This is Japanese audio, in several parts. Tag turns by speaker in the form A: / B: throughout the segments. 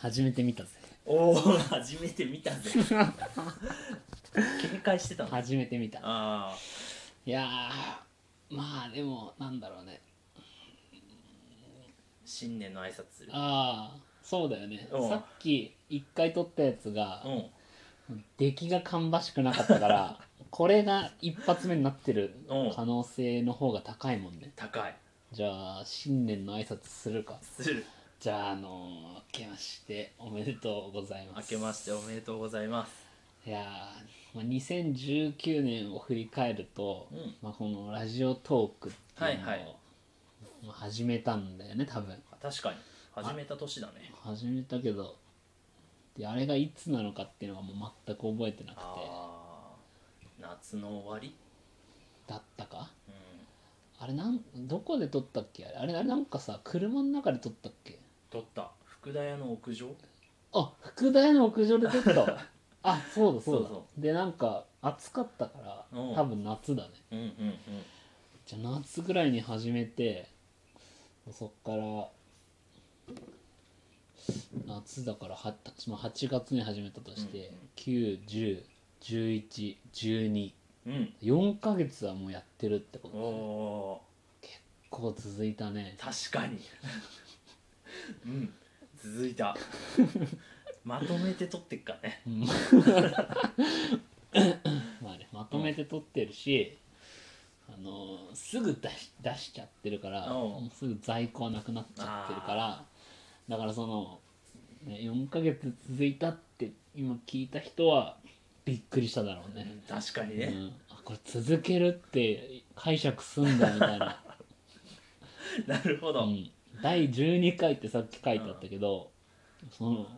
A: 初めて見たぜ
B: おお初めて見たぜ警戒してたの
A: 初めて見た
B: あ
A: いやーまあでもなんだろうね
B: ー新年の挨拶する
A: ああそうだよね
B: うん
A: さっき一回撮ったやつが
B: うん
A: 出来が芳しくなかったから これが一発目になってる
B: うん
A: 可能性の方が高いもんね
B: 高い
A: じゃあ新年の挨拶するか
B: する
A: じゃああのー、明けましておめでとうございま
B: 明
A: す
B: けましておめでとうございます
A: いやー、まあ、2019年を振り返ると、
B: うん
A: まあ、このラジオトークっていうのを、
B: はいはい
A: まあ、始めたんだよね多分
B: 確かに始めた年だね
A: 始めたけどであれがいつなのかっていうのがもう全く覚えてなくて
B: ああ夏の終わり
A: だったか
B: うん
A: あれなんどこで撮ったっけあれあれあれなんかさ車の中で撮ったっけ
B: 撮った福田屋の屋上
A: あ福田屋の屋上で撮った わあそうだそうだ
B: そうそ
A: でなんか暑かったから
B: うん
A: 多分夏だね
B: うんうんうん
A: じゃあ夏ぐらいに始めてそっから夏だから 8, まあ8月に始めたとして、9101112
B: うん
A: 4ヶ月はもうやってるってこと
B: お
A: だね
B: お
A: こう続いたね
B: 確かに うん続い たまとめて撮ってっからね
A: うんまあねまとめて撮ってるし、あのーすぐ出し出しちゃってるから
B: うん
A: もうすぐ在庫はなくなっちゃってるからだからその、ね、4ヶ月続いたって今聞いた人はびっくりしただろうね、
B: 確かに
A: う
B: ね、
A: ん、あこれ続けるって解釈すんだみたいな、
B: なるほ
A: う
B: ど、
A: ん、第12回ってさっき書いてあったけど、その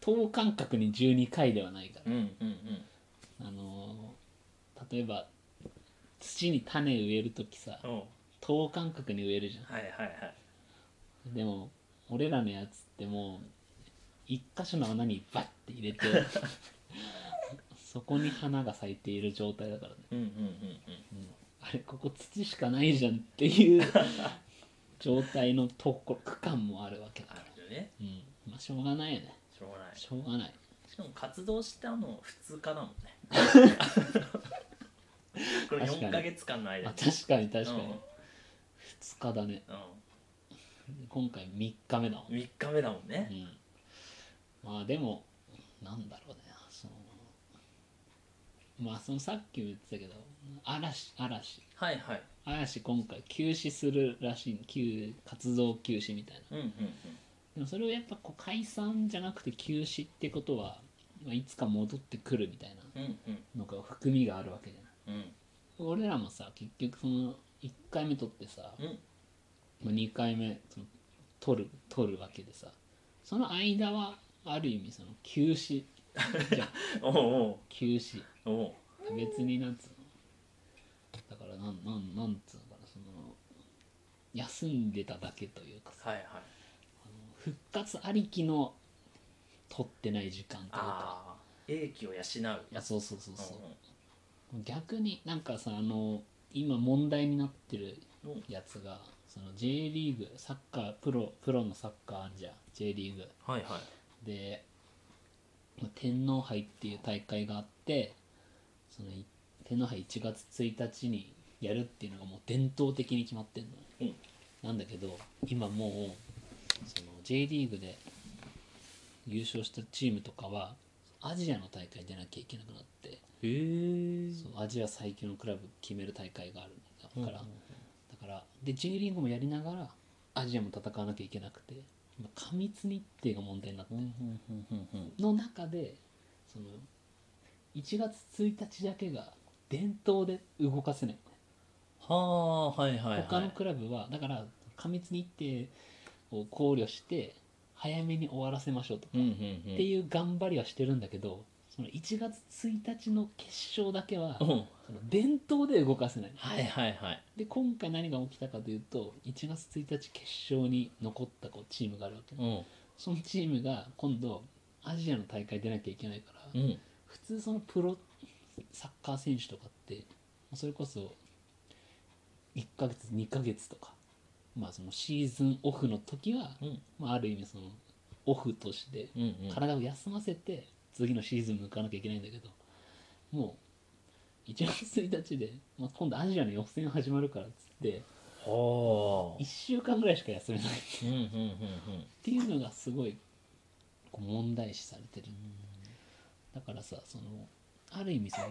A: 等間隔に12回ではないから
B: うん、うんうん
A: あのー例えば土に種植える時さ
B: うん
A: 等間隔に植えるじゃ
B: はいはいはい
A: んでも俺らのやつってもう一箇所の穴にバッて入れて そこに花が咲いている状態だからね、
B: うんうんうん
A: うんあれここ土しかないじゃんって いう状態のとこ区間もあるわけだ
B: あ
A: から、
B: るよね
A: うん、まあしょうがないよね
B: しょうがない
A: しょうがない
B: しかも活動したの普通か だもんねこれ
A: 確か
B: 4
A: に
B: ヶ月間の間
A: あ
B: に
A: 確かに確か
B: うん
A: に2日だね今回3日目だもん
B: うん、3日目だもんね、
A: うん、まあでもなんだろうねそのまあそのさっきも言ってたけど嵐嵐
B: はいはい
A: 嵐今回休止するらしい休活動休止みたいな
B: うんうん
A: でもそれをやっぱこう解散じゃなくて休止ってことは、まあ、いつか戻ってくるみたいな
B: うんうん
A: のが含みがあるわけじゃない
B: うん
A: 俺らもさ結局その1回目撮ってさ、
B: うん
A: まあ、2回目その取る取るわけでさその間はある意味その休止
B: おう
A: 休止
B: おうおう
A: 別になんつうのだからなんなんなんつうのかなその休んでただけというかさ
B: はいはい
A: 復活ありきの取ってない時間というか
B: ああ英気を養う
A: いやそうそうそうそうう、逆になんかさあの今問題になってる
B: んうんうん
A: やつがその J リーグサッカープロプロのサッカーあんじゃん J リーグ
B: はいはい
A: でまあ天皇杯っていう大会があってそのい天皇杯1月1日にやるっていうのがもう伝統的に決まってんの
B: うん
A: なんだけど今もうその J リーグで優勝したチームとかはアジアの大会出なきゃいけなくなって
B: へえ
A: そうアジア最強のクラブ決める大会があるんだから、
B: うんうん
A: だからで J リーグもやりながらアジアも戦わなきゃいけなくて今過密日程が問題になって
B: うんうんうんうんうん
A: の中でその1月1日だけが伝統で動かせない、
B: はあはいはいはい
A: 他のクラブはだから過密日程を考慮して早めに終わらせましょうとか、
B: うんうんうん
A: っていう頑張りはしてるんだけどその1月1日の決勝だけは、
B: うん
A: その伝統で動かせない、
B: はいはいはい
A: で今回何が起きたかというと1月1日決勝に残ったこうチームがあるわけ、
B: うん
A: そのチームが今度アジアの大会出なきゃいけないから、
B: うん
A: 普通そのプロサッカー選手とかってそれこそ1ヶ月2ヶ月とかまあそのシーズンオフの時は、
B: うん
A: まあ、ある意味そのオフとして
B: うんうん
A: 体を休ませて次のシーズン向かなきゃいけないんだけどもう1月1日で、まあ、今度アジアの予選始まるからっつって
B: はあ
A: 1週間ぐらいしか休めないっ
B: うんうんうんうん
A: ていうのがすごいこう問題視されてるだからさそのある意味その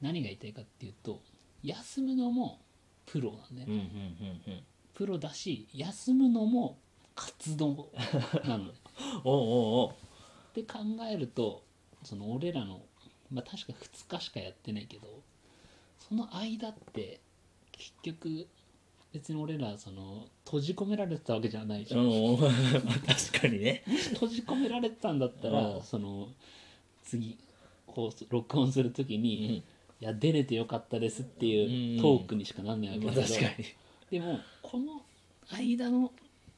A: 何が言いたいかっていうと休むのもプロなんだよね
B: うんうんうんうん
A: プロだし休むのも活動なのよ
B: おうおうおう
A: って考えるとその俺らの、まあ、確か2日しかやってないけどその間って結局別に俺らその閉じ込められてたわけじゃないじゃん
B: うん、確かにね。
A: 閉じ込められてたんだったら、
B: うん
A: その次放送録音する時に「いや出れてよかったです」っていうトークにしかなんないわけ
B: まあ
A: だけど、
B: 確か
A: で
B: に。
A: もこの間の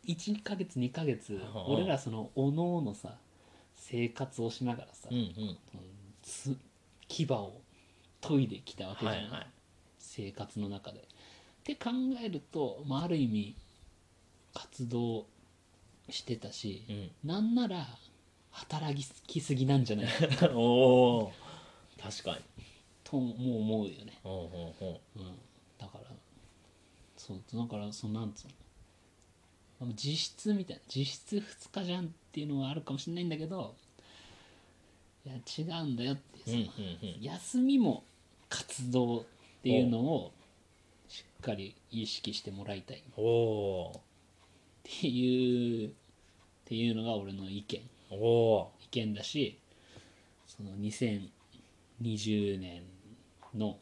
A: 1ヶ月2ヶ月
B: うん
A: 俺らそのおのおのさ生活をしながらさ、
B: うん
A: つ牙を研いできたわけ
B: うん。
A: じゃ
B: は
A: ない、
B: いはい。
A: 生活の中で。って考えると、まあ、ある意味活動してたし、
B: うん、
A: なんなら働きすぎなんじゃ ないか
B: おお。確かに。
A: とも思うよね、
B: おうおうおう
A: うん、だからそうだからそのなんつうの実質みたいな実質2日じゃんっていうのはあるかもしれないんだけどいや違うんだよっていう
B: う
A: さ
B: んうんうん。
A: 休みも活動っていうのをしっかり意識してもらいたいっ
B: おお
A: ていうっていうのが俺の意見
B: ー。おお
A: 意見だしその2020年の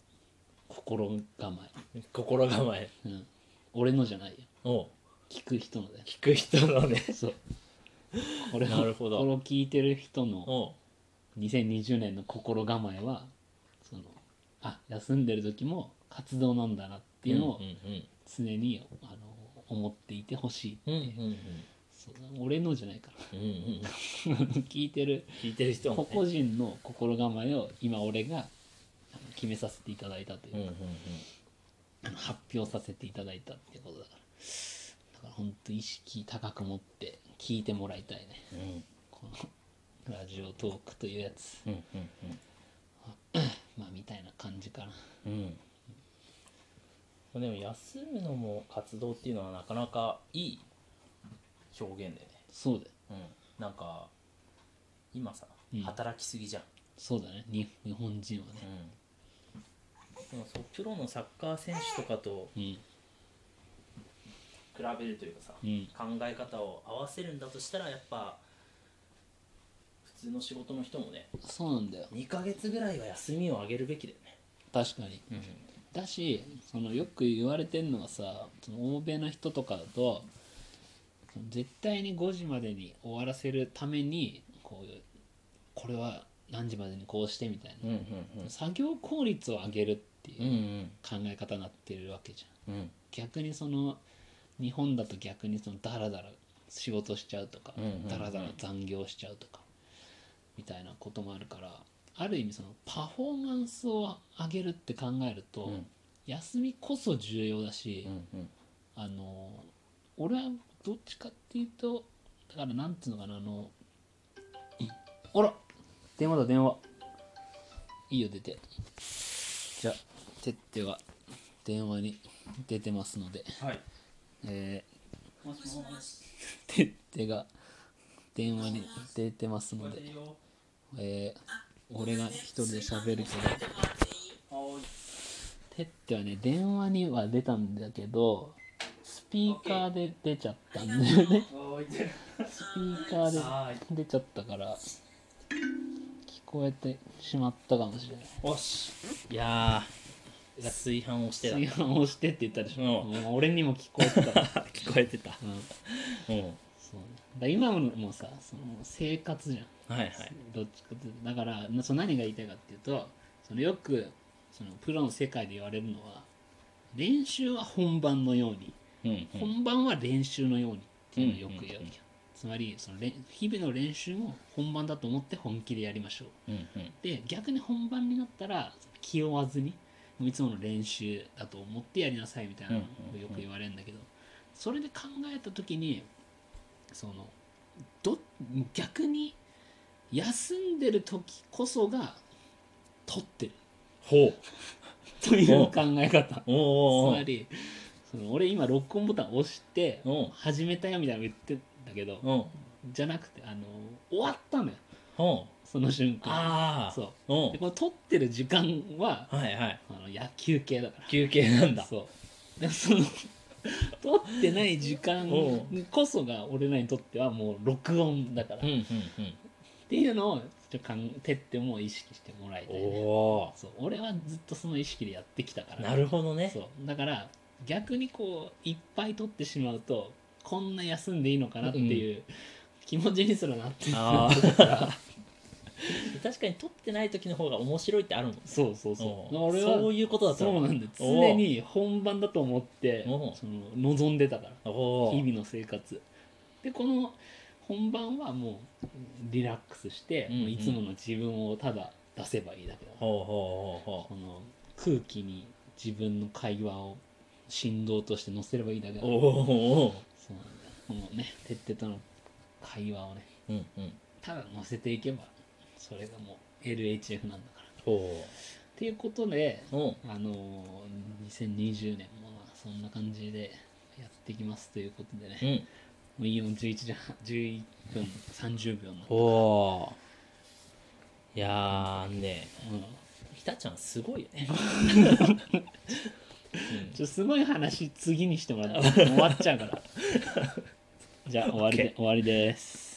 A: 心構
B: ー。心構え。
A: え、うん、俺のじゃないよ
B: おう
A: 聞く人のだよ
B: 聞く人のね。
A: そうこれを
B: なるほど
A: これを聞いてる人の
B: おう
A: 2020年の心構えはそのあ休んでる時も活動なんだなっていうのを
B: うんうん
A: 常にあの思っていてほしい
B: うん。うんうん
A: そう俺のじゃないから
B: うん。うんうん。
A: 聞いてる
B: 聞いてる人
A: 個
B: も、ね。
A: 々人の心構えを今俺があの決めさせていただいたという
B: うんうん
A: か、あの発表させていただいたっていうことだからだから本当意識高く持って聞いてもらいたいね
B: うん。うん
A: このラジオトークというやつ
B: うんうん
A: まあみたいな感じかな
B: うん。うん。でも休むのも活動っていうのはなかなかいい表現でね。
A: そうだよ
B: うん、なんか今さ
A: うん
B: 働きすぎじゃん、
A: そうだねに日本人はね
B: でもそうプロのサッカー選手とかと
A: うん
B: 比べるというかさ、
A: うん
B: 考え方を合わせるんだとしたらやっぱ普通の仕事の人もね
A: そうなんだよ
B: 2ヶ月ぐらいは休みをあげるべきだよ
A: 確かに
B: ね、
A: だしそのよく言われてるのはさその欧米の人とかだとその絶対に5時までに終わらせるためにこうこれは何時までにこうしてみたいな、
B: うんうん
A: 作業効率を上げるっていううん考え方になってるわけじゃん
B: うんうん
A: 逆にその日本だと逆にそのダラダラ仕事しちゃうとか、
B: うんうんうん
A: ダラダラ残業しちゃうとかみたいなこともあるからある意味そのパフォーマンスを上げるって考えると、
B: うん
A: 休みこそ重要だし、
B: うん
A: あの俺はどっちかっていうとだからなんていうのかなあのいあら電話だ電話いいよ出てじゃあてっては電話に出てますので
B: はい
A: え
B: もしもし
A: ー、てってが電話に出てますので
B: いよ
A: えー、俺が一人で喋るけど
B: はい
A: てってはね電話には出たんだけどスピーカーで出ちゃったんだよ ね
B: はい
A: スピーカーで
B: はい
A: 出ちゃったから聞こえてしまったかもしれない
B: おしいやー炊飯をしてた
A: 炊飯をしてって言ったでしょ、
B: う
A: もう俺にも聞こえてた、
B: 聞こえてた
A: うん、
B: うん
A: そうねだから今のもさその生活じゃん
B: はいはい
A: どっちかというとだからなその何が言いたいかっていうとそのよくそのプロの世界で言われるのは練習は本番のように、
B: うん
A: 本番は練習のようにっていうのをよく言うわけよ、
B: うんうんうん
A: つまりそのれん日々の練習も本番だと思って本気でやりましょう
B: うん
A: で逆に本番になったら気負わずにいつもの練習だと思ってやりなさいみたいなの
B: うんうんう
A: をよ
B: ん
A: く言われるんだけどそれで考えた時にそのど逆に休んでる時こそが取ってる
B: ほう
A: という考え方つ
B: おおお
A: まりその俺今録音ボタン押して
B: お
A: 始めたよみたいなの言ってたけど
B: うん
A: じゃなくてあの終わったのよ
B: うん
A: その瞬間
B: ああ
A: そううで
B: ん
A: この撮ってる時間は
B: はいはい
A: あの野球系だから
B: 休憩なんだ
A: そうでその撮ってない時間
B: お
A: こそが俺らにとってはもう録音だから、
B: うん
A: っ
B: うん
A: ていうのをちょっとかんてっても意識してもらい
B: うん
A: たい、ね、
B: お
A: そう俺はずっとその意識でやってきたか
B: お
A: ら
B: なるほどね
A: そうだから逆にこういっぱい撮ってしまうとこんな休んでいいのかなっていう気持ちにすらなってる
B: ああ確かに撮ってない時の方が面白いってあるもん
A: そうそうそう
B: おう
A: 俺は
B: そういうことだった
A: そう
B: の
A: なんだ常に本番だと思って
B: おう
A: その望んでたから
B: お
A: 日
B: ー
A: 々の生活でこの本番はもうリラックスして、
B: うんうん
A: いつもの自分をただ出せばいいだけだから
B: ほうほうほ
A: この空気に自分の会話を振動として乗せればいいだけだ
B: う
A: か
B: ほう
A: ら
B: おおおお
A: そうなんだこのねてってとの会話をね
B: うんうん
A: ただ乗せていけばそれがもう LHF なんだから
B: ほ
A: っていうことで
B: ううん
A: あのー2020年もまあそんな感じでやっていきますということでね
B: う、ん
A: もういいよ11時半11分30秒の、
B: おおいやーね
A: うん、ち
B: ひたちゃんすごいよ ね、うん
A: ょっとすごい話次にしてもらって終わっちゃうからじゃあ終わりで終わりです